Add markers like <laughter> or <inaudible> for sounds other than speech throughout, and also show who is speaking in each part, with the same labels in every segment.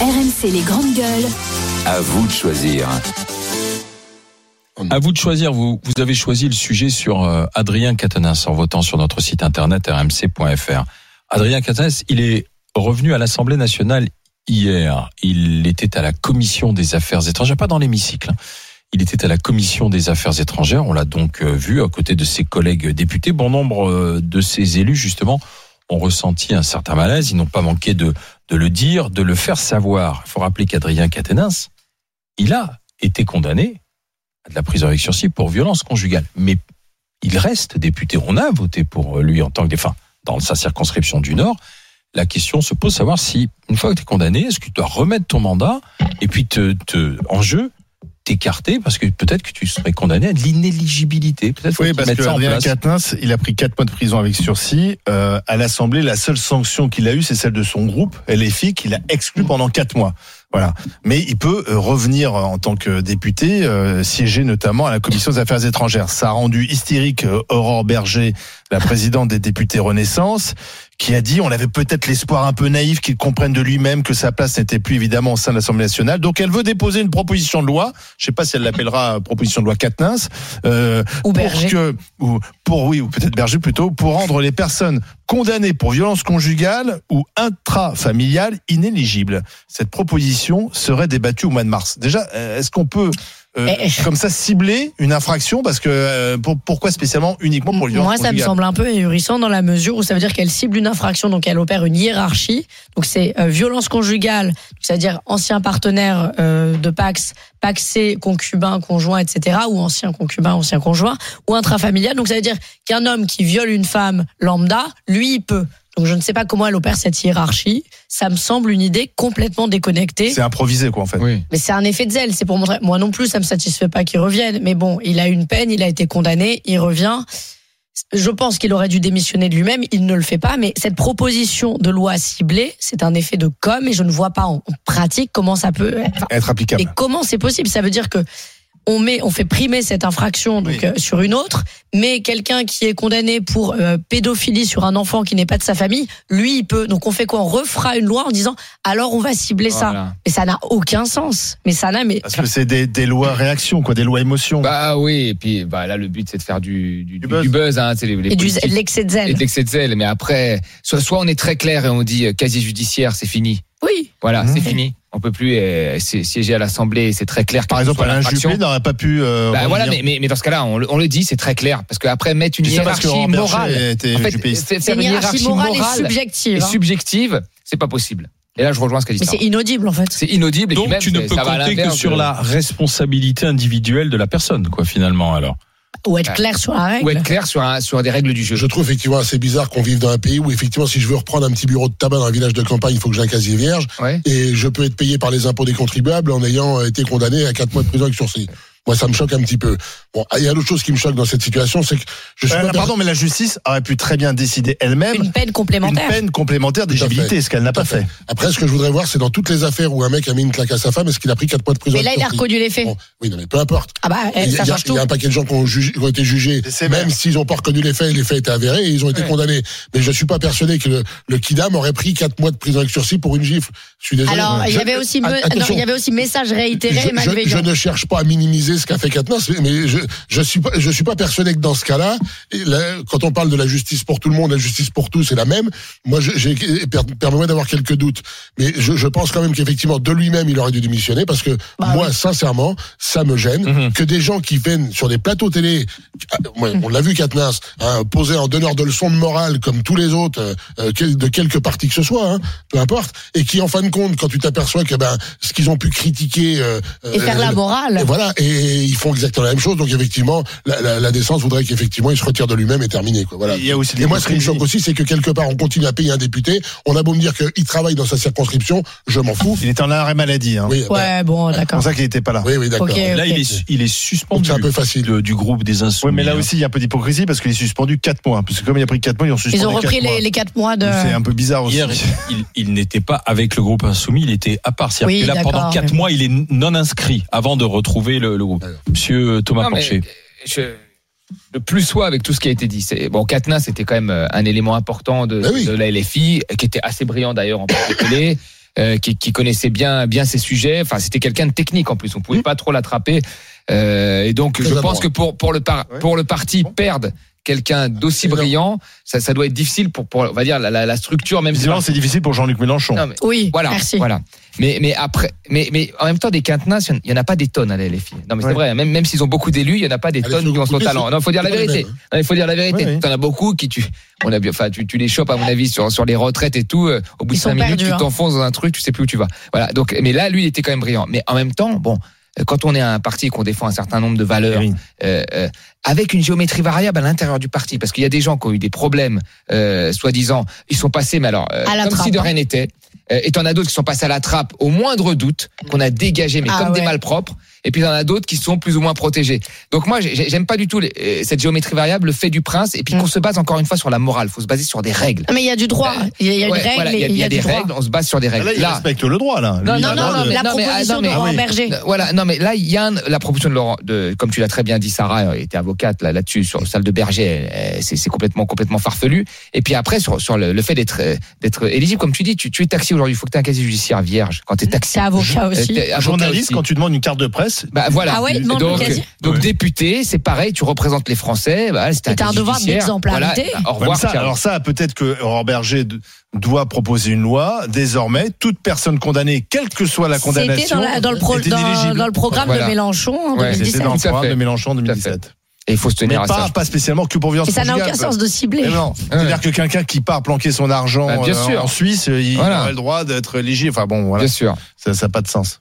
Speaker 1: RMC les grandes gueules.
Speaker 2: À vous de choisir.
Speaker 3: À vous de choisir. Vous, vous avez choisi le sujet sur euh, Adrien Catenas en votant sur notre site internet rmc.fr. Adrien Catenas, il est revenu à l'Assemblée nationale hier. Il était à la commission des affaires étrangères, pas dans l'hémicycle. hein. Il était à la commission des affaires étrangères. On l'a donc euh, vu à côté de ses collègues députés. Bon nombre euh, de ses élus, justement, ont ressenti un certain malaise. Ils n'ont pas manqué de, de le dire, de le faire savoir. Il faut rappeler qu'Adrien Catenas, il a été condamné à de la prison avec sursis pour violence conjugale. Mais il reste député. On a voté pour lui en tant que défunt dans sa circonscription du Nord. La question se pose savoir si, une fois que tu es condamné, est-ce que tu dois remettre ton mandat et puis te, te en jeu t'écarter parce que peut-être que tu serais condamné à de l'inéligibilité. Peut-être faut
Speaker 4: Oui,
Speaker 3: qu'ils
Speaker 4: parce
Speaker 3: mettent
Speaker 4: que
Speaker 3: ça en
Speaker 4: Adrien
Speaker 3: place.
Speaker 4: Quatennens, il a pris 4 mois de prison avec sursis. Euh, à l'Assemblée, la seule sanction qu'il a eue, c'est celle de son groupe, LFI, qu'il a exclu pendant 4 mois. Voilà. Mais il peut euh, revenir euh, en tant que député, euh, siéger notamment à la Commission des Affaires étrangères. Ça a rendu hystérique euh, Aurore Berger, la présidente des députés Renaissance, qui a dit on avait peut-être l'espoir un peu naïf qu'il comprenne de lui-même que sa place n'était plus évidemment au sein de l'Assemblée nationale. Donc elle veut déposer une proposition de loi, je sais pas si elle l'appellera euh, proposition de loi Quatennens, euh, pour
Speaker 5: Ou Berger.
Speaker 4: que ou pour oui ou peut-être Berger plutôt pour rendre les personnes condamnées pour violence conjugale ou intrafamiliale inéligibles. Cette proposition serait débattue au mois de mars. Déjà, euh, est-ce qu'on peut euh,
Speaker 5: Eh, eh.
Speaker 4: comme ça cibler une infraction parce que euh, pour- pourquoi spécialement uniquement pour les violences
Speaker 5: Moi, ça me
Speaker 4: conjugales
Speaker 5: semble un peu ahurissant dans la mesure où ça veut dire qu'elle cible une infraction, donc elle opère une hiérarchie. Donc c'est euh, violence conjugale, c'est-à-dire ancien partenaire euh, de Pax, Paxé, concubin, conjoint, etc., ou ancien concubin, ancien conjoint, ou intrafamilial. Donc ça veut dire qu'un homme qui viole une femme lambda, lui, il peut. Donc je ne sais pas comment elle opère cette hiérarchie. Ça me semble une idée complètement déconnectée.
Speaker 4: C'est improvisé quoi en fait.
Speaker 3: Oui.
Speaker 5: Mais c'est un effet de zèle, c'est pour montrer. Moi non plus, ça me satisfait pas qu'il revienne. Mais bon, il a une peine, il a été condamné, il revient. Je pense qu'il aurait dû démissionner de lui-même, il ne le fait pas. Mais cette proposition de loi ciblée, c'est un effet de com et je ne vois pas en pratique comment ça peut. enfin,
Speaker 4: Être applicable.
Speaker 5: et comment c'est possible Ça veut dire que on met, on fait primer cette infraction donc
Speaker 4: Oui.
Speaker 5: euh, sur une autre, mais quelqu'un qui est condamné pour euh, pédophilie sur un enfant qui n'est pas de sa famille, lui il peut. Donc on fait quoi On refera une loi en disant alors on va cibler ça.
Speaker 6: Voilà.
Speaker 5: Mais ça n'a aucun sens. Mais ça n'a mais
Speaker 4: Parce que c'est des, des lois réactions, quoi, des lois émotions.
Speaker 6: Bah oui, et puis bah, là, le but, c'est de faire du, du, du
Speaker 4: buzz.
Speaker 6: buzz. hein, c'est les, les
Speaker 5: et du
Speaker 6: politiques.
Speaker 5: l'excès de
Speaker 6: Et
Speaker 5: zèle.
Speaker 6: de l'excès de zèle. Mais après, soit, soit on est très clair et on dit euh, casier judiciaire, c'est fini.
Speaker 5: Oui.
Speaker 6: Voilà, c'est fini. On peut plus euh, si- siéger à l'Assemblée, c'est très clair.
Speaker 4: Par
Speaker 6: quelle que
Speaker 4: exemple,
Speaker 6: soit
Speaker 4: Alain
Speaker 6: l'infraction.
Speaker 4: Juppé n'aurait pas pu. euh,
Speaker 6: Bah,
Speaker 4: revenir.
Speaker 6: voilà, mais, mais, mais dans ce cas-là, on, le- on le dit, c'est très clair. Parce qu'après, mettre une
Speaker 4: Je dis ça parce que
Speaker 6: hiérarchie
Speaker 4: Laurent Berger
Speaker 6: morale.
Speaker 4: était
Speaker 6: en fait,
Speaker 4: juppéiste.
Speaker 6: faire
Speaker 5: C'est une hiérarchie morale, et subjective.
Speaker 6: et
Speaker 5: hein.
Speaker 6: subjective, c'est pas possible. Et là, je rejoins ce qu'a dit
Speaker 5: Mais
Speaker 6: Sarah.
Speaker 5: c'est inaudible en fait.
Speaker 6: C'est inaudible. et puis
Speaker 3: Donc
Speaker 6: même,
Speaker 3: tu ne
Speaker 6: c'est-
Speaker 3: peux
Speaker 6: ça va à
Speaker 3: compter que
Speaker 6: l'inverse
Speaker 3: sur
Speaker 6: de-
Speaker 3: la responsabilité individuelle de la personne, quoi, finalement, alors.
Speaker 5: Ou être clair sur la règle.
Speaker 6: Ou être clair sur, un- sur des règles du jeu.
Speaker 7: Je trouve effectivement assez bizarre qu'on vive dans un pays où effectivement si je veux reprendre un petit bureau de tabac dans un village de campagne, il faut que j'ai un casier vierge
Speaker 6: Ouais.
Speaker 7: et je peux être payé par les impôts des contribuables en ayant euh, été condamné à 4 mois de prison avec sursis. Moi ça me choque un petit peu. Bon, ah, il y a l'autre chose qui me choque dans cette situation, c'est que je suis
Speaker 4: Euh,
Speaker 7: pas
Speaker 4: pardon, mais la justice aurait pu très bien décider elle-même
Speaker 5: Une peine
Speaker 4: une
Speaker 5: complémentaire.
Speaker 4: peine complémentaire
Speaker 7: à fait.
Speaker 4: d'éligibilité, ce qu'elle n'a pas fait.
Speaker 7: Après ce que je voudrais voir c'est dans toutes les affaires où un mec a mis une claque à sa femme, est-ce qu'il a pris 4 mois de prison
Speaker 5: Mais là,
Speaker 7: avec
Speaker 5: il a
Speaker 7: sursis
Speaker 5: reconnu les faits.
Speaker 7: Bon, oui, non mais peu importe.
Speaker 5: Ah bah, eh,
Speaker 7: Il y, a-
Speaker 5: ça
Speaker 7: il y a-
Speaker 5: change
Speaker 7: il
Speaker 5: tout.
Speaker 7: y a un paquet de gens qui ont, jugé- qui ont été jugés,
Speaker 4: Et c'est
Speaker 7: même
Speaker 4: vrai.
Speaker 7: s'ils n'ont pas reconnu les faits, les faits étaient avérés et ils ont été condamnés. Mais je suis pas persuadé que le, le Kidam aurait pris quatre mois de prison avec sursis pour une gifle. Je suis désolé.
Speaker 5: Alors, il y
Speaker 7: Je-
Speaker 5: avait aussi, me-
Speaker 7: Att-
Speaker 5: non,
Speaker 7: attention.
Speaker 5: il y avait aussi message réitéré
Speaker 7: Je-
Speaker 5: et malveillant.
Speaker 7: je, je ne cherche pas à minimiser ce qu'a fait Katnas, mais- mais je je suis pas je suis pas persuadé que dans ce cas-là, et là, quand on parle de la justice pour tout le monde, la justice pour tous, c'est la même. Moi, je- j'ai per- permets-moi d'avoir quelques doutes, mais je, je pense quand même qu'effectivement de lui-même, il aurait dû démissionner parce que moi, sincèrement, ça me gêne que des gens qui viennent sur des plateaux télé, ah, moi, on l'a vu Katnas, hein, posé en donneur de leçons de morale comme tous les autres euh, euh, quel- de quelque parti que ce soit, hein, peu importe, et qui en fin de compte, quand tu t'aperçois que ben ce qu'ils ont pu critiquer euh,
Speaker 5: Et faire la
Speaker 7: euh,
Speaker 5: morale.
Speaker 7: et voilà, et ils font exactement la même chose. Donc effectivement, la, la, la décence voudrait qu'effectivement il se retire de lui-même et terminé. Quoi. Voilà.
Speaker 4: Il y a aussi de
Speaker 7: Et moi, ce qui me choque aussi, c'est que quelque part, on continue à payer un député. On a beau me dire qu'il travaille dans sa circonscription, je m'en fous.
Speaker 4: Il était en arrêt maladie. Hein.
Speaker 7: Oui, bah,
Speaker 5: Ouais, bon,
Speaker 4: C'est
Speaker 5: d'accord.
Speaker 4: pour ça qu'il n'était pas là.
Speaker 7: oui, oui, d'accord.
Speaker 5: Ok.
Speaker 3: Et là, il est, il est suspendu
Speaker 7: Donc c'est un peu facile.
Speaker 3: de- du groupe des insoumis. hein.
Speaker 4: Oui, mais là aussi, il y a un peu d'hypocrisie parce qu'il est suspendu 4 mois. Parce que comme il a pris 4 mois, ils ont suspendu
Speaker 5: Ils ont
Speaker 4: quatre
Speaker 5: repris
Speaker 4: mois.
Speaker 5: les, les quatre mois de.
Speaker 4: Donc, C'est un peu bizarre aussi.
Speaker 3: Hier, il, il n'était pas avec le groupe insoumis, il était à part. C'est-à-dire
Speaker 5: Oui,
Speaker 3: que là,
Speaker 5: d'accord,
Speaker 3: pendant quatre
Speaker 5: mais-
Speaker 3: mois, il est non inscrit avant de retrouver le, le groupe. Monsieur Thomas
Speaker 6: Non, mais,
Speaker 3: Porcher.
Speaker 6: je- le plus soit avec tout ce qui a été dit. C'est, bon, Katna, c'était quand même euh, un élément important de,
Speaker 7: Ben oui.
Speaker 6: de la LFI, qui était assez brillant d'ailleurs en particulier. euh, qui, qui connaissait bien bien ces sujets. Enfin, c'était quelqu'un de technique en plus. On pouvait pas trop l'attraper. Euh, et donc,
Speaker 7: Hmm. Très
Speaker 6: je
Speaker 7: adroit.
Speaker 6: pense que pour pour le par-
Speaker 4: Ouais.
Speaker 6: pour le parti perdre quelqu'un d'aussi
Speaker 7: Ah, Énorme.
Speaker 6: brillant, ça, ça doit être difficile pour pour on va dire la, la, la structure même. si-
Speaker 4: Visiblement, c'est difficile pour Jean-Luc Mélenchon.
Speaker 6: Non, mais-
Speaker 5: Oui,
Speaker 6: voilà,
Speaker 5: merci.
Speaker 6: voilà. Mais mais après, mais mais en même temps des quintenas, il y en a pas des tonnes hein, à la LFI. Non mais
Speaker 4: Ouais.
Speaker 6: c'est vrai, même même s'ils ont beaucoup d'élus, il y en a pas des
Speaker 7: Allez,
Speaker 6: tonnes
Speaker 7: Ah, sur
Speaker 6: qui
Speaker 7: le
Speaker 6: ont son
Speaker 7: côté,
Speaker 6: talent.
Speaker 7: c'est-
Speaker 6: Non, faut dire la
Speaker 7: c'est pas hein. les
Speaker 6: vérité.
Speaker 7: mêmes,
Speaker 6: Non, il faut dire la vérité.
Speaker 4: Oui, oui.
Speaker 6: T'en as beaucoup qui tu on a bien enfin tu tu les chopes à mon avis sur sur les retraites et tout euh, au bout
Speaker 5: Ils
Speaker 6: de cinq
Speaker 5: sont
Speaker 6: minutes,
Speaker 5: perdus,
Speaker 6: tu
Speaker 5: hein.
Speaker 6: t'enfonces dans un truc, tu sais plus où tu vas. Voilà. Donc mais là lui il était quand même brillant. Mais en même temps, bon euh, quand on est un parti et qu'on défend un certain nombre de valeurs,
Speaker 4: Oui.
Speaker 6: euh, euh, avec une géométrie variable à l'intérieur du parti, parce qu'il y a des gens qui ont eu des problèmes, euh, soi-disant, ils sont passés, mais alors, euh,
Speaker 5: À la
Speaker 6: comme
Speaker 5: trappe,
Speaker 6: si de
Speaker 5: hein.
Speaker 6: rien n'était. Euh, et t'en as d'autres qui sont passés à la trappe au moindre doute, qu'on a dégagé, mais
Speaker 5: Ah
Speaker 6: comme des
Speaker 5: ouais.
Speaker 6: malpropres. Et puis t'en as d'autres qui sont plus ou moins protégés. Donc moi, j'ai- j'aime pas du tout les- euh, cette géométrie variable, le fait du prince, et puis
Speaker 5: Mm.
Speaker 6: qu'on se base encore une fois sur la morale. Faut se baser sur des règles.
Speaker 5: Non, mais il y a du droit. Il y a, il y a
Speaker 6: Ouais,
Speaker 5: une règle
Speaker 6: voilà,
Speaker 5: et
Speaker 6: il y a, il y a
Speaker 5: du
Speaker 6: des
Speaker 5: droit.
Speaker 6: règles, on se base sur des
Speaker 4: Ah,
Speaker 6: règles.
Speaker 4: Là, il
Speaker 6: Là,
Speaker 4: respecte le droit, là. Lui,
Speaker 6: Non,
Speaker 4: il
Speaker 5: Non,
Speaker 4: a
Speaker 5: non,
Speaker 4: le droit
Speaker 5: non,
Speaker 4: de-
Speaker 5: la
Speaker 6: non, mais-
Speaker 5: proposition
Speaker 6: ah, non, mais-
Speaker 5: de
Speaker 4: ah
Speaker 5: Laurent
Speaker 4: oui.
Speaker 5: Berger.
Speaker 6: Euh, Voilà, non mais là, Yann, la proposition de Laurent, de, comme tu l'as très bien dit, Sarah euh, était avocate là- là-dessus, sur le salle de Berger, elle, euh, c'est c'est complètement, complètement farfelu. Et puis après, sur, sur le, le fait d'être euh, d'être éligible, comme tu dis, tu, tu es taxi aujourd'hui, il faut que tu aies un casier judiciaire vierge quand tu es taxi.
Speaker 5: C'est avocat aussi.
Speaker 6: Euh, t'es avocat
Speaker 4: Journaliste,
Speaker 6: aussi.
Speaker 4: quand tu demandes une carte de presse,
Speaker 6: Bah voilà.
Speaker 5: Ah ouais, demande le
Speaker 6: donc,
Speaker 5: casier.
Speaker 6: donc
Speaker 3: Ouais.
Speaker 6: député, c'est pareil, tu représentes les Français, bah, c'est
Speaker 5: Et t'as un
Speaker 6: casier
Speaker 5: devoir
Speaker 6: judiciaire.
Speaker 5: d'exemplarité.
Speaker 6: Voilà, bah, au
Speaker 4: Même
Speaker 6: revoir.
Speaker 4: ça,
Speaker 6: ciao.
Speaker 4: alors ça, peut-être que Aurore Berger d- doit proposer une loi. Désormais, toute personne condamnée, quelle que soit la
Speaker 5: C'était
Speaker 4: condamnation,
Speaker 5: dans, la- dans le pro-
Speaker 4: est
Speaker 5: dans-
Speaker 4: inéligible.
Speaker 5: dans le programme
Speaker 6: Voilà.
Speaker 5: de Mélenchon en
Speaker 6: Ouais,
Speaker 4: C'était
Speaker 5: 2017.
Speaker 4: dans le
Speaker 6: Tout à
Speaker 4: programme
Speaker 6: fait.
Speaker 4: de Mélenchon en
Speaker 6: à fait.
Speaker 4: 2017.
Speaker 6: Et il faut se
Speaker 4: Mais
Speaker 6: tenir à
Speaker 4: pas,
Speaker 6: ça.
Speaker 4: pas spécialement que pour violence
Speaker 5: Et ça n'a aucun
Speaker 4: conjugale.
Speaker 5: sens de
Speaker 4: Mais
Speaker 5: cibler.
Speaker 4: non, c'est-à-dire que quelqu'un qui part planquer son argent
Speaker 6: Bah, bien
Speaker 4: euh,
Speaker 6: sûr.
Speaker 4: en Suisse, il
Speaker 6: Voilà.
Speaker 4: a le droit d'être éligible. Enfin bon, voilà,
Speaker 6: Bien sûr.
Speaker 4: ça n'a pas de sens.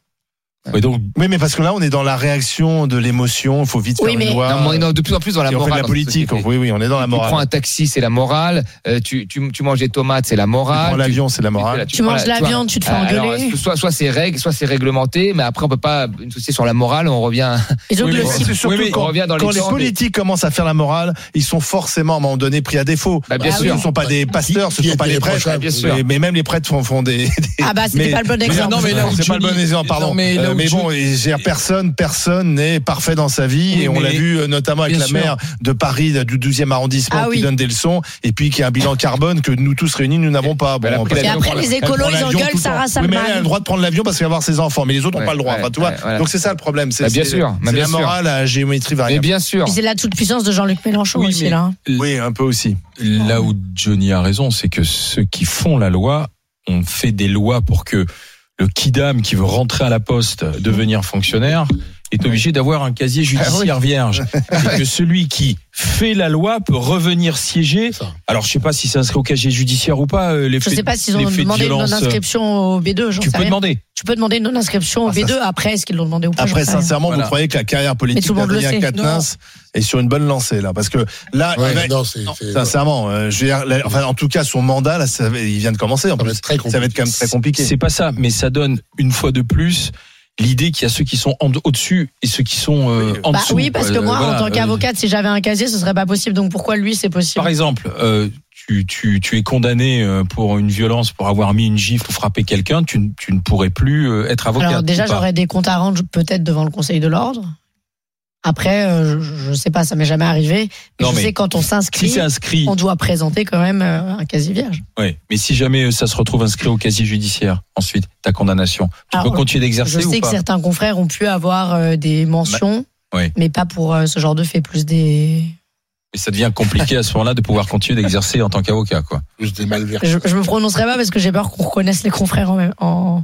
Speaker 6: euh,
Speaker 3: Mais donc,
Speaker 4: Oui, mais parce que là, on est dans la réaction de l'émotion. Il faut vite
Speaker 5: Oui,
Speaker 4: faire
Speaker 5: mais-
Speaker 4: une loi.
Speaker 6: Non, mais on est dans- de plus en plus dans la
Speaker 4: Et on
Speaker 6: morale. hein.
Speaker 4: fait de la
Speaker 6: dans cette
Speaker 4: politique.
Speaker 6: société.
Speaker 4: Oui, oui, on est dans la
Speaker 6: Tu prends
Speaker 4: morale.
Speaker 6: un taxi, c'est la morale. Euh, tu, tu, tu manges des tomates, c'est la
Speaker 4: Tu prends
Speaker 6: morale. Tu-
Speaker 4: l'avion, c'est la morale.
Speaker 5: Tu manges la viande, tu te fais
Speaker 6: Euh, alors,
Speaker 5: engueuler.
Speaker 6: soit soit c'est règle, soit c'est réglementé, mais après on peut pas une société sur la morale,
Speaker 4: <laughs>
Speaker 6: on revient.
Speaker 5: Et donc
Speaker 3: Oui,
Speaker 5: le
Speaker 3: mais-
Speaker 5: cible.
Speaker 4: C'est surtout
Speaker 3: Oui, mais
Speaker 6: on
Speaker 4: quand,
Speaker 6: revient dans
Speaker 4: quand
Speaker 6: les
Speaker 4: les
Speaker 6: temps, mais-
Speaker 4: politiques commencent à faire la morale, ils sont forcément à un moment donné pris à défaut.
Speaker 6: Bah, bien
Speaker 4: Parce que
Speaker 6: sûr.
Speaker 4: Ce ne sont pas des pasteurs, ce
Speaker 7: Qui
Speaker 4: ne
Speaker 7: est
Speaker 4: sont pas des prêtres.
Speaker 7: irréprochable.
Speaker 6: bien sûr.
Speaker 4: Mais, mais même les prêtres font, font des.
Speaker 6: <laughs>
Speaker 4: des-
Speaker 5: Ah bah, c'était
Speaker 4: mais-
Speaker 5: pas le bon
Speaker 4: mais-
Speaker 5: exemple.
Speaker 4: non, mais là où c'est pas le bon
Speaker 3: Johnny-
Speaker 4: exemple, pardon.
Speaker 3: Non, mais
Speaker 4: mais,
Speaker 3: là où
Speaker 4: mais bon, et j'ai- personne, personne n'est parfait dans sa vie,
Speaker 3: Oui,
Speaker 4: et on
Speaker 3: mais-
Speaker 4: l'a vu euh, notamment avec
Speaker 3: Bien
Speaker 4: la
Speaker 3: sûr.
Speaker 4: maire de Paris du 12e arrondissement
Speaker 5: Ah oui.
Speaker 4: qui donne des leçons, et puis qui a un bilan carbone que nous tous réunis nous n'avons pas.
Speaker 6: Elle a
Speaker 4: on
Speaker 6: pris
Speaker 4: peut-
Speaker 5: Et
Speaker 6: l'avion
Speaker 5: après
Speaker 6: pour Bah, la-
Speaker 5: les
Speaker 4: elle prend
Speaker 5: écolos, ils
Speaker 4: l'avion
Speaker 5: engueulent
Speaker 4: tout le temps.
Speaker 5: Sarah
Speaker 4: Oui, mais elle a le
Speaker 5: Salman.
Speaker 4: droit de prendre l'avion parce qu'il va avoir ses enfants, mais les autres n'ont
Speaker 6: Ouais,
Speaker 4: pas le droit.
Speaker 6: ouais,
Speaker 4: Enfin, tu vois,
Speaker 6: ouais, voilà.
Speaker 4: Donc c'est ça le problème. C'est
Speaker 6: Bah, bien
Speaker 4: c'est-
Speaker 6: sûr, bah,
Speaker 4: c'est
Speaker 6: bien
Speaker 4: la
Speaker 6: sûr.
Speaker 4: morale à géométrie
Speaker 6: Mais
Speaker 4: variable.
Speaker 6: bien sûr.
Speaker 5: Puis C'est la toute puissance de Jean-Luc Mélenchon
Speaker 3: Oui,
Speaker 5: aussi
Speaker 3: mais-
Speaker 5: là.
Speaker 4: Oui, un peu aussi.
Speaker 3: là où Johnny a raison, c'est que ceux qui font la loi, on fait des lois pour que le kidam qui veut rentrer à la poste, devenir fonctionnaire, est obligé d'avoir un casier judiciaire vierge. Et que celui qui fait la loi peut revenir siéger.
Speaker 7: Ça.
Speaker 3: Alors, je sais pas si ça inscrit au casier judiciaire ou pas, euh, les
Speaker 5: Je
Speaker 3: faits-
Speaker 5: sais pas s'ils
Speaker 3: les
Speaker 5: ont
Speaker 3: faits de
Speaker 5: demandé une
Speaker 3: violence, euh,
Speaker 5: non-inscription au B2, j'en
Speaker 3: Tu
Speaker 5: sais
Speaker 3: peux
Speaker 5: rien.
Speaker 3: demander.
Speaker 5: Tu peux demander une non-inscription au
Speaker 4: Ah, ça,
Speaker 5: B2 après, est-ce qu'ils l'ont demandé ou pas
Speaker 4: Après,
Speaker 5: j'en sais rien.
Speaker 4: sincèrement,
Speaker 3: Voilà.
Speaker 4: vous croyez que la carrière
Speaker 5: Mais
Speaker 4: politique
Speaker 5: tout le monde le
Speaker 4: d'Adrien
Speaker 5: sait.
Speaker 4: Quatennens est sur une bonne lancée là Parce que là,
Speaker 7: Ouais,
Speaker 4: il va-
Speaker 7: non, c'est.
Speaker 4: Non,
Speaker 7: c'est-
Speaker 4: sincèrement, euh, je veux dire, la- enfin, en tout cas, son mandat, là, ça va- il vient de commencer. En
Speaker 7: Ça va
Speaker 4: plus.
Speaker 7: être très compliqué.
Speaker 4: Ça va être quand même très compliqué.
Speaker 3: C'est pas ça, mais ça donne une fois de plus l'idée qu'il y a ceux qui sont en- au-dessus et ceux qui sont euh, en
Speaker 5: Bah
Speaker 3: dessous.
Speaker 5: oui, parce que
Speaker 3: Euh,
Speaker 5: moi,
Speaker 3: voilà,
Speaker 5: en tant
Speaker 3: euh,
Speaker 5: qu'avocate, si j'avais un casier, ce serait pas possible. Donc pourquoi lui, c'est
Speaker 3: Par
Speaker 5: possible
Speaker 3: exemple, euh, tu, tu, tu es condamné euh, pour une violence, pour avoir mis une gifle ou frappé quelqu'un, tu, ne- tu ne pourrais plus euh, être avocat.
Speaker 5: Alors déjà,
Speaker 3: ou pas.
Speaker 5: j'aurais des comptes à rendre peut-être devant le Conseil de l'ordre. Après, euh, je, je sais pas, ça m'est jamais arrivé. Mais
Speaker 3: Non,
Speaker 5: je
Speaker 3: mais
Speaker 5: sais quand on
Speaker 3: Si
Speaker 5: s'inscrit,
Speaker 3: c'est inscrit,
Speaker 5: on doit présenter quand même euh, un casier vierge.
Speaker 3: ouais, mais si jamais euh, ça se retrouve inscrit au casier judiciaire, ensuite, ta condamnation, tu
Speaker 5: Alors,
Speaker 3: peux continuer
Speaker 5: Ah, Je
Speaker 3: d'exercer ou
Speaker 5: sais que
Speaker 3: pas
Speaker 5: certains confrères ont pu avoir euh, des mentions,
Speaker 3: ouais.
Speaker 5: mais pas pour euh, ce genre de fait, plus des.
Speaker 3: Et ça devient compliqué à ce moment-là de pouvoir continuer d'exercer en tant qu'avocat. quoi.
Speaker 7: Plus des malversants.
Speaker 5: Je, je me prononcerai pas parce que j'ai peur qu'on reconnaisse les confrères en, même-
Speaker 1: <laughs>
Speaker 5: en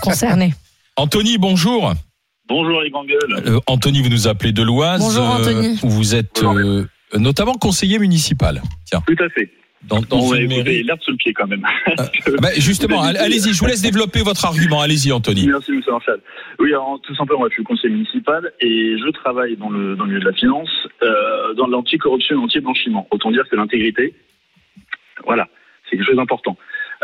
Speaker 5: concernés.
Speaker 3: Anthony, bonjour.
Speaker 1: Bonjour les gangueules.
Speaker 3: Euh, Anthony, vous nous appelez de l'Oise.
Speaker 5: Bonjour,
Speaker 3: euh,
Speaker 5: Anthony.
Speaker 3: où vous êtes euh, notamment conseiller municipal. Tiens,
Speaker 1: Tout à fait.
Speaker 3: dans, dans
Speaker 1: Bon,
Speaker 3: une
Speaker 1: ouais,
Speaker 3: mairie.
Speaker 1: écoutez, l'herbe sous le pied quand même.
Speaker 3: Bah, justement, allez- allez-y, je vous laisse développer votre argument. Allez-y, Anthony.
Speaker 1: Merci, monsieur Marchal. Oui, alors, tout simplement, je suis conseiller municipal et je travaille dans le, dans le milieu de la finance, euh, dans l'anticorruption et l'anti-blanchiment. Autant dire que l'intégrité, voilà, c'est quelque chose d'important.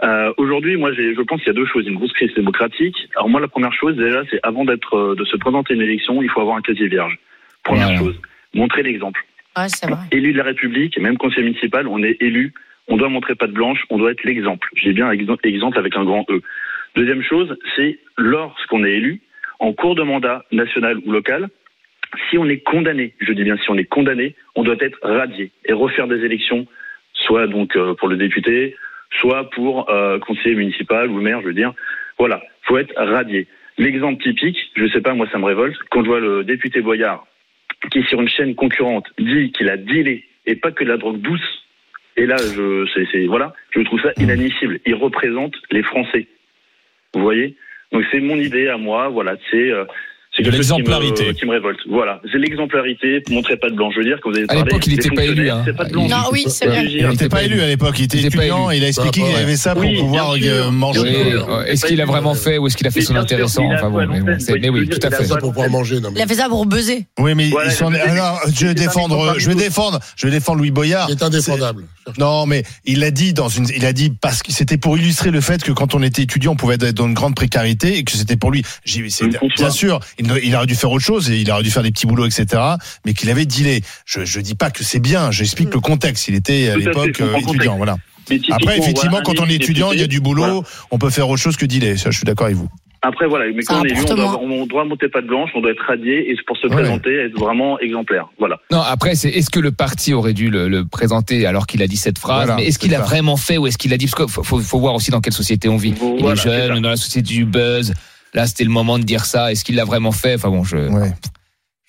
Speaker 1: Euh, Aujourd'hui, moi, j'ai- je pense qu'il y a deux choses. Une grosse crise démocratique. Alors, moi, la première chose, déjà, c'est avant d'être, euh, de se présenter à une élection, il faut avoir un casier vierge. Première
Speaker 6: Voilà.
Speaker 1: chose, montrer l'exemple.
Speaker 5: Ouais, c'est vrai.
Speaker 1: élu de la République, même conseiller municipal, on est élu, on doit montrer patte blanche, on doit être l'exemple. J'ai bien exem- exemple avec un grand E. Deuxième chose, c'est lorsqu'on est élu, en cours de mandat national ou local, si on est condamné, je dis bien si on est condamné, on doit être radié et refaire des élections, soit donc euh, pour le député, soit pour euh, conseiller municipal ou maire, je veux dire. Voilà, faut être radié. L'exemple typique, je sais pas, moi ça me révolte, quand je vois le député Boyard, qui sur une chaîne concurrente dit qu'il a dealé, et pas que de la drogue douce, et là, je, c'est, c'est- voilà, je trouve ça inadmissible. Il représente les Français. Vous voyez Donc c'est mon idée à moi, voilà, c'est... euh, c'est
Speaker 3: De
Speaker 1: quelque chose qui me-
Speaker 3: l'exemplarité.
Speaker 1: Qui me révolte. Voilà. C'est l'exemplarité. Montrez pas de blanc. Je veux dire, quand vous avez
Speaker 6: À
Speaker 1: parlé
Speaker 6: l'époque, il
Speaker 1: des
Speaker 6: était pas élu,
Speaker 1: fonctionnaires,
Speaker 6: hein.
Speaker 1: c'est pas de blanc.
Speaker 5: Non, Ah oui, c'est
Speaker 1: Je
Speaker 5: vrai.
Speaker 1: veux dire,
Speaker 4: Il n'était pas
Speaker 6: pas
Speaker 4: élu hein, à l'époque, il était
Speaker 6: Il était pas
Speaker 4: étudiant,
Speaker 6: élu.
Speaker 4: il a expliqué
Speaker 7: Bah,
Speaker 4: qu'il
Speaker 7: ouais.
Speaker 4: avait ça pour
Speaker 1: Oui, bien
Speaker 4: pouvoir
Speaker 1: sûr.
Speaker 4: euh, manger.
Speaker 1: Oui,
Speaker 4: Euh,
Speaker 1: euh,
Speaker 6: Est-ce qu'il a vraiment fait ou est-ce qu'il a fait
Speaker 1: Mais
Speaker 6: son
Speaker 1: bien sûr,
Speaker 6: intéressant
Speaker 1: il a
Speaker 6: Enfin
Speaker 1: tout à
Speaker 6: bon, mais bon,
Speaker 1: l'antenne,
Speaker 6: c'est- mais
Speaker 1: il
Speaker 6: oui,
Speaker 1: a
Speaker 6: tout à
Speaker 7: Il
Speaker 1: tout
Speaker 7: a
Speaker 6: fait.
Speaker 7: ça pour pouvoir manger. Non,
Speaker 5: Il
Speaker 7: mais
Speaker 5: a fait ça pour buzzer.
Speaker 4: Oui, mais
Speaker 1: Voilà,
Speaker 4: ils sont.
Speaker 1: je-
Speaker 4: Alors, je vais
Speaker 1: c'est un
Speaker 4: défendre,
Speaker 1: exemple
Speaker 4: je vais
Speaker 1: parmi
Speaker 4: défendre, je vais défendre Louis Boyard.
Speaker 7: il est indéfendable.
Speaker 4: Non, mais il l'a dit dans une, il a dit parce que c'était pour illustrer le fait que quand on était étudiant, on pouvait être dans une grande précarité et que c'était pour lui. J'ai- c'est-
Speaker 1: Oui, pourquoi
Speaker 4: Bien sûr, il, ne- il aurait dû faire autre chose et il aurait dû faire des petits boulots, etc. Mais qu'il avait dealé. Je, je dis pas que c'est bien. J'explique le contexte. Il était à
Speaker 1: Tout à fait, je
Speaker 4: l'époque
Speaker 1: comprends
Speaker 4: euh,
Speaker 1: le
Speaker 4: étudiant,
Speaker 1: contexte.
Speaker 4: voilà.
Speaker 1: mais typiquement,
Speaker 4: Après, effectivement,
Speaker 1: voilà,
Speaker 4: quand
Speaker 1: un
Speaker 4: on est
Speaker 1: élu
Speaker 4: étudiant, il y a du boulot.
Speaker 1: voilà.
Speaker 4: On peut faire autre chose que dealer. Ça, je suis d'accord avec vous.
Speaker 1: Après, voilà, mais
Speaker 5: Ça
Speaker 1: quand on est élu, on
Speaker 5: rapporte
Speaker 1: doit, on doit monter pas de blanche, on doit être radié et pour se
Speaker 4: Ouais.
Speaker 1: présenter, être vraiment exemplaire. Voilà.
Speaker 6: Non, après, c'est est-ce que le parti aurait dû le, le présenter alors qu'il a dit cette phrase
Speaker 4: Voilà,
Speaker 6: Mais est-ce
Speaker 4: c'est
Speaker 6: qu'il a
Speaker 4: ça.
Speaker 6: vraiment fait ou est-ce qu'il a dit Parce qu'il faut, faut- faut voir aussi dans quelle société on vit. Il
Speaker 1: Voilà,
Speaker 6: est
Speaker 1: c'est
Speaker 6: jeune,
Speaker 1: ça.
Speaker 6: on est dans la société du buzz. Là, c'était le moment de dire ça. Est-ce qu'il l'a vraiment fait Enfin bon, je,
Speaker 4: Ouais.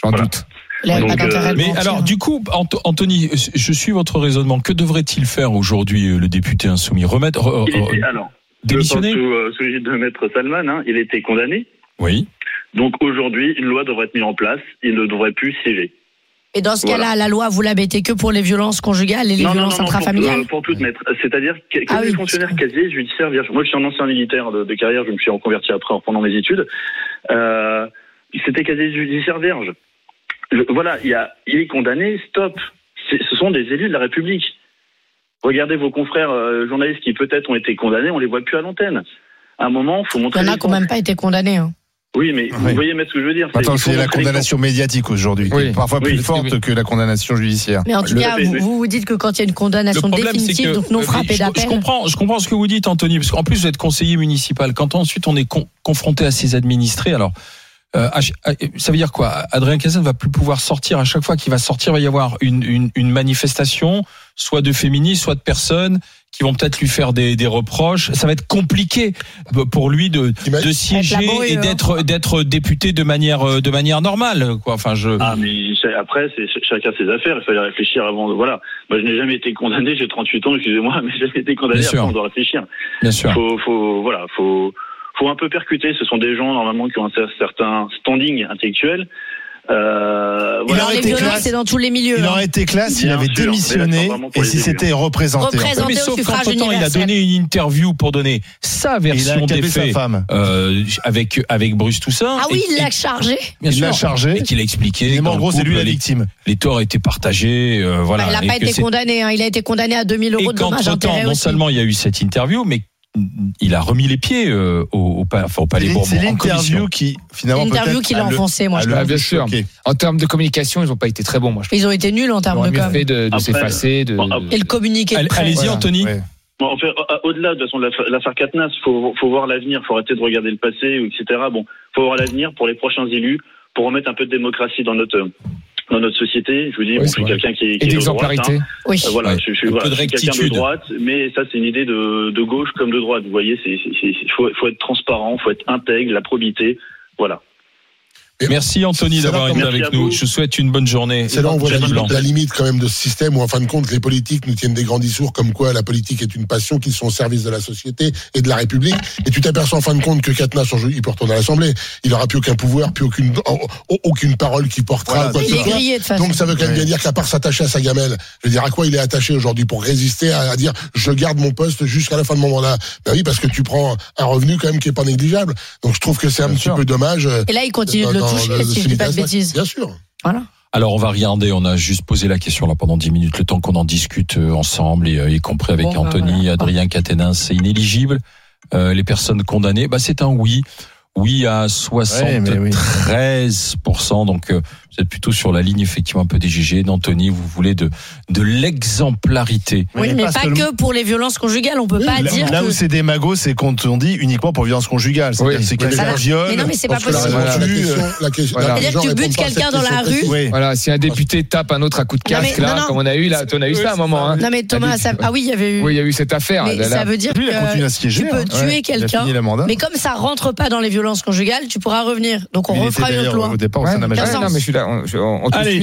Speaker 6: j'en
Speaker 1: Voilà.
Speaker 6: doute.
Speaker 5: Il avait
Speaker 1: Donc,
Speaker 5: pas d'intérêt à
Speaker 1: euh,
Speaker 5: le
Speaker 3: Mais
Speaker 5: mentir.
Speaker 3: alors, du coup, Anto- Anthony, je suis votre raisonnement. Que devrait-il faire aujourd'hui euh, le député insoumis Remettre, re-
Speaker 1: Il
Speaker 3: re-
Speaker 1: était, alors, je pense sous,
Speaker 3: Oh, démissionner
Speaker 1: euh, sous l'égide de Maître Salman, hein, il était condamné.
Speaker 3: Oui.
Speaker 1: Donc aujourd'hui, une loi devrait être mise en place. Il ne devrait plus siéger.
Speaker 5: Et dans ce cas-là,
Speaker 1: Voilà.
Speaker 5: la loi, vous la mettez que pour les violences conjugales et les violences
Speaker 1: pour,
Speaker 5: intrafamiliales
Speaker 1: euh, pour toutes mettre. C'est-à-dire que, que
Speaker 5: Ah
Speaker 1: les
Speaker 5: oui.
Speaker 1: fonctionnaires casiers judiciaires vierges. Moi, je suis un ancien militaire de, de carrière. Je me suis reconverti après pendant mes études. Euh, C'était casier judiciaire vierge. Je- voilà, il, y a, il est condamné. Stop. C'est- Ce sont des élus de la République. Regardez vos confrères euh, journalistes qui peut-être ont été condamnés. On les voit plus à l'antenne. À un moment, faut
Speaker 5: Il
Speaker 1: montrer.
Speaker 5: y en a qui
Speaker 1: l'exemple.
Speaker 5: n'ont même pas été condamnés. hein.
Speaker 1: Oui, mais
Speaker 4: Ouais.
Speaker 1: vous voyez, mais ce que je veux dire.
Speaker 4: Maintenant,
Speaker 1: il
Speaker 4: c'est
Speaker 1: faut
Speaker 4: la
Speaker 1: montrer l'exemple.
Speaker 4: condamnation médiatique aujourd'hui, qui
Speaker 6: Oui.
Speaker 4: est parfois
Speaker 1: Oui,
Speaker 4: plus
Speaker 1: oui,
Speaker 4: forte
Speaker 6: oui.
Speaker 4: que la condamnation judiciaire.
Speaker 5: Mais en tout
Speaker 1: Le-
Speaker 5: cas,
Speaker 1: mais-
Speaker 5: vous,
Speaker 1: mais-
Speaker 5: vous vous dites que quand il y a une condamnation définitive, donc non
Speaker 3: euh,
Speaker 5: frappée
Speaker 3: je, je
Speaker 5: d'appel,
Speaker 3: comprends, je comprends ce que vous dites, Anthony, parce qu'en plus vous êtes conseiller municipal. Quand ensuite on est con- confronté à ses administrés, alors euh, à ch- à- ça veut dire quoi Adrien Cazin ne va plus pouvoir sortir. À chaque fois qu'il va sortir, il va y avoir une, une- une manifestation, soit de féministes, soit de personnes qui vont peut-être lui faire des, des reproches. Ça va être compliqué euh, pour lui de,
Speaker 7: T'imagines-
Speaker 3: de siéger
Speaker 5: laborieux,
Speaker 3: et
Speaker 5: Bah, hein.
Speaker 3: d'être d'être député de manière euh, de manière normale. Quoi. Enfin, je.
Speaker 1: Ah, mais ch- après, c'est ch- chacun ses affaires. Il fallait réfléchir avant. de- Voilà. Moi, je n'ai jamais été condamné. J'ai 38 ans, excusez-moi, <laughs> mais j'ai jamais été condamné.
Speaker 3: Bien
Speaker 1: Après,
Speaker 3: sûr.
Speaker 1: on doit réfléchir.
Speaker 3: Bien sûr.
Speaker 1: Faut, faut, voilà, faut, faut un peu percuter. Ce sont des gens, normalement, qui ont un cer- certain standing intellectuel. Euh,
Speaker 4: Il
Speaker 1: voilà.
Speaker 5: Alors,
Speaker 4: aurait
Speaker 5: les
Speaker 4: été
Speaker 5: violences,
Speaker 4: classe.
Speaker 5: c'est dans tous les milieux.
Speaker 4: Il
Speaker 5: hein.
Speaker 4: aurait été classe s'il
Speaker 1: Bien
Speaker 4: avait
Speaker 1: sûr, mais
Speaker 4: démissionné
Speaker 1: là, vraiment
Speaker 4: et
Speaker 1: pour les hein.
Speaker 4: s'il
Speaker 1: élus.
Speaker 4: s'était représenté. en fait.
Speaker 5: Représenté.
Speaker 3: mais
Speaker 5: au
Speaker 3: sauf
Speaker 5: suffrage
Speaker 3: qu'entre temps, il a
Speaker 5: universel.
Speaker 3: donné une interview pour donner sa
Speaker 4: Il
Speaker 3: version
Speaker 4: a
Speaker 3: des
Speaker 4: capé sa
Speaker 3: faits
Speaker 4: femme.
Speaker 3: euh, avec avec Bruce Toussaint.
Speaker 5: Ah oui,
Speaker 3: et-
Speaker 5: il l'a
Speaker 3: et-
Speaker 5: chargé.
Speaker 3: bien
Speaker 4: il l'a
Speaker 3: sûr.
Speaker 4: chargé.
Speaker 3: Et qu'il a expliqué.
Speaker 4: Et
Speaker 3: qu'en
Speaker 4: en gros, c'est
Speaker 3: couple,
Speaker 4: lui la
Speaker 3: les-
Speaker 4: victime.
Speaker 3: Les torts étaient partagés. euh, voilà.
Speaker 5: Bah, il n'a
Speaker 3: et
Speaker 5: pas
Speaker 3: que
Speaker 5: été
Speaker 3: c'est-
Speaker 5: condamné. hein. Il a été condamné à 2000
Speaker 3: Et
Speaker 5: euros de dommages
Speaker 3: qu'entre-temps,
Speaker 5: intérêts
Speaker 3: non
Speaker 5: aussi.
Speaker 3: seulement il y a eu cette interview, mais il a remis les pieds euh, au, au, pa- enfin, au Palais
Speaker 4: C'est
Speaker 3: Bourbon.
Speaker 4: c'est
Speaker 3: en
Speaker 4: l'interview
Speaker 3: commission.
Speaker 4: qui, finalement,
Speaker 5: L'interview
Speaker 4: peut-être,
Speaker 5: qu'il a
Speaker 4: le-
Speaker 5: enfoncée, moi.
Speaker 4: a
Speaker 5: je
Speaker 4: le-
Speaker 5: trouve.
Speaker 6: Ah, bien sûr.
Speaker 4: choqué.
Speaker 6: En termes de communication, ils n'ont pas été très bons, moi. Je pense.
Speaker 5: Ils ont été nuls en termes de
Speaker 6: Le
Speaker 5: com.
Speaker 6: fait de, de
Speaker 1: Après, euh,
Speaker 6: s'effacer, de,
Speaker 1: bon,
Speaker 6: de-
Speaker 5: Et le communiqué de
Speaker 3: Allez-
Speaker 5: presse.
Speaker 3: Allez-y,
Speaker 6: Voilà.
Speaker 3: Anthony.
Speaker 4: Ouais.
Speaker 1: Bon, enfin, au- au-delà de toute façon, de l'affaire l'affaire Katnas, faut, faut voir l'avenir. Faut arrêter de regarder le passé, ou etc. Bon, faut voir l'avenir pour les prochains élus, pour remettre un peu de démocratie dans notre dans notre société. Je vous dis,
Speaker 6: Oui,
Speaker 1: bon, je
Speaker 6: c'est
Speaker 1: suis
Speaker 6: vrai.
Speaker 1: quelqu'un qui, est-
Speaker 6: et
Speaker 1: qui est de droite. hein.
Speaker 6: d'exemplarité.
Speaker 5: Oui.
Speaker 1: Euh, Voilà,
Speaker 3: Ouais.
Speaker 1: je, je,
Speaker 3: Un
Speaker 1: voilà,
Speaker 3: peu de
Speaker 1: je suis quelqu'un de
Speaker 3: rectitude.
Speaker 1: droite, mais ça c'est une idée de, de gauche comme de droite. Vous voyez, c'est c'est- c'est- il faut, faut être transparent, faut être intègre, la probité, voilà.
Speaker 3: Merci Anthony
Speaker 7: C'est là
Speaker 3: d'avoir
Speaker 7: qu'on-
Speaker 3: été
Speaker 1: Merci
Speaker 3: avec
Speaker 1: à
Speaker 3: nous.
Speaker 1: vous.
Speaker 3: Je vous souhaite une bonne journée.
Speaker 7: C'est là où on voit la
Speaker 3: Jeanne Blanc.
Speaker 7: limite, la limite quand même de ce système où en fin de compte les politiques nous tiennent des grands discours comme quoi la politique est une passion, qu'ils sont au service de la société et de la République. Et tu t'aperçois en fin de compte que Katnas, aujourd'hui, il peut retourner à l'Assemblée. Il n'aura plus aucun pouvoir, plus aucune, au- aucune parole qui portera
Speaker 4: Voilà,
Speaker 7: quoi que
Speaker 5: Il
Speaker 7: ce
Speaker 5: est
Speaker 7: soit.
Speaker 5: grillé de toute façon.
Speaker 7: Donc ça veut quand même bien dire qu'à part s'attacher à sa gamelle, je veux dire à quoi il est attaché aujourd'hui pour résister à, à dire je garde mon poste jusqu'à la fin de mon mandat. Ben oui, parce que tu prends un revenu quand même qui est pas négligeable. Donc je trouve que c'est un
Speaker 4: Bien
Speaker 7: petit
Speaker 4: sûr.
Speaker 7: peu dommage. euh,
Speaker 5: Et là, il continue
Speaker 7: dans-
Speaker 5: de le
Speaker 7: dans
Speaker 5: toucher,
Speaker 7: le-
Speaker 5: si je dis pas de
Speaker 7: celui-là.
Speaker 5: bêtises.
Speaker 7: Bien sûr.
Speaker 5: Voilà.
Speaker 3: Alors on va regarder, on a juste posé la question là pendant 10 minutes, le temps qu'on en discute euh, ensemble, et, euh, y compris avec
Speaker 5: Bon, bah,
Speaker 3: Anthony,
Speaker 5: voilà.
Speaker 3: Adrien Caténin, c'est inéligible. Euh, les personnes condamnées, bah, c'est un oui. Oui à
Speaker 4: Ouais, mais oui.
Speaker 3: 73%, donc euh, Vous êtes plutôt sur la ligne effectivement un peu des GG, d'Anthony. Vous voulez de de l'exemplarité.
Speaker 5: Oui, mais pas que pour les violences conjugales. On peut pas
Speaker 4: là,
Speaker 5: dire
Speaker 4: là
Speaker 5: que.
Speaker 4: où c'est des magots, c'est quand on dit uniquement pour violence conjugale. C'est-à-dire
Speaker 6: Oui.
Speaker 4: c'est qu'il y a
Speaker 5: Voilà.
Speaker 4: un viol.
Speaker 5: Mais non, mais c'est pas
Speaker 4: parce que la
Speaker 5: possible.
Speaker 4: réponse
Speaker 7: la
Speaker 4: tue,
Speaker 7: question, la question,
Speaker 6: Voilà.
Speaker 7: la- les
Speaker 5: C'est-à-dire
Speaker 7: gens
Speaker 5: que tu butes
Speaker 7: répondent pas à cette
Speaker 5: quelqu'un dans la rue,
Speaker 7: question précise.
Speaker 4: Oui.
Speaker 6: Voilà, si un député tape un autre à coup de
Speaker 5: Non, mais-
Speaker 6: casque, là,
Speaker 5: non, non.
Speaker 6: comme on a eu, là, on a eu ça à un moment. hein.
Speaker 5: Non mais Thomas, ça... ah oui, il y avait eu.
Speaker 6: Oui, il y a eu cette affaire.
Speaker 5: mais
Speaker 6: là, là.
Speaker 5: ça veut dire
Speaker 4: Lui, il a continué à
Speaker 5: que
Speaker 4: siéger.
Speaker 5: tu peux
Speaker 4: hein.
Speaker 5: tuer
Speaker 4: Ouais. Il
Speaker 5: quelqu'un,
Speaker 4: a fini la mandat.
Speaker 5: mais comme ça rentre pas dans les violences conjugales, tu pourras revenir. Donc on
Speaker 4: Il était
Speaker 5: refera une autre
Speaker 4: d'ailleurs
Speaker 5: loi.
Speaker 4: Au départ, au
Speaker 6: Ouais,
Speaker 4: sein de la
Speaker 6: ouais,
Speaker 4: majorité.
Speaker 5: Quinze ans.
Speaker 6: non, mais je suis là. On, je- on- on te
Speaker 3: Allez,
Speaker 6: suit.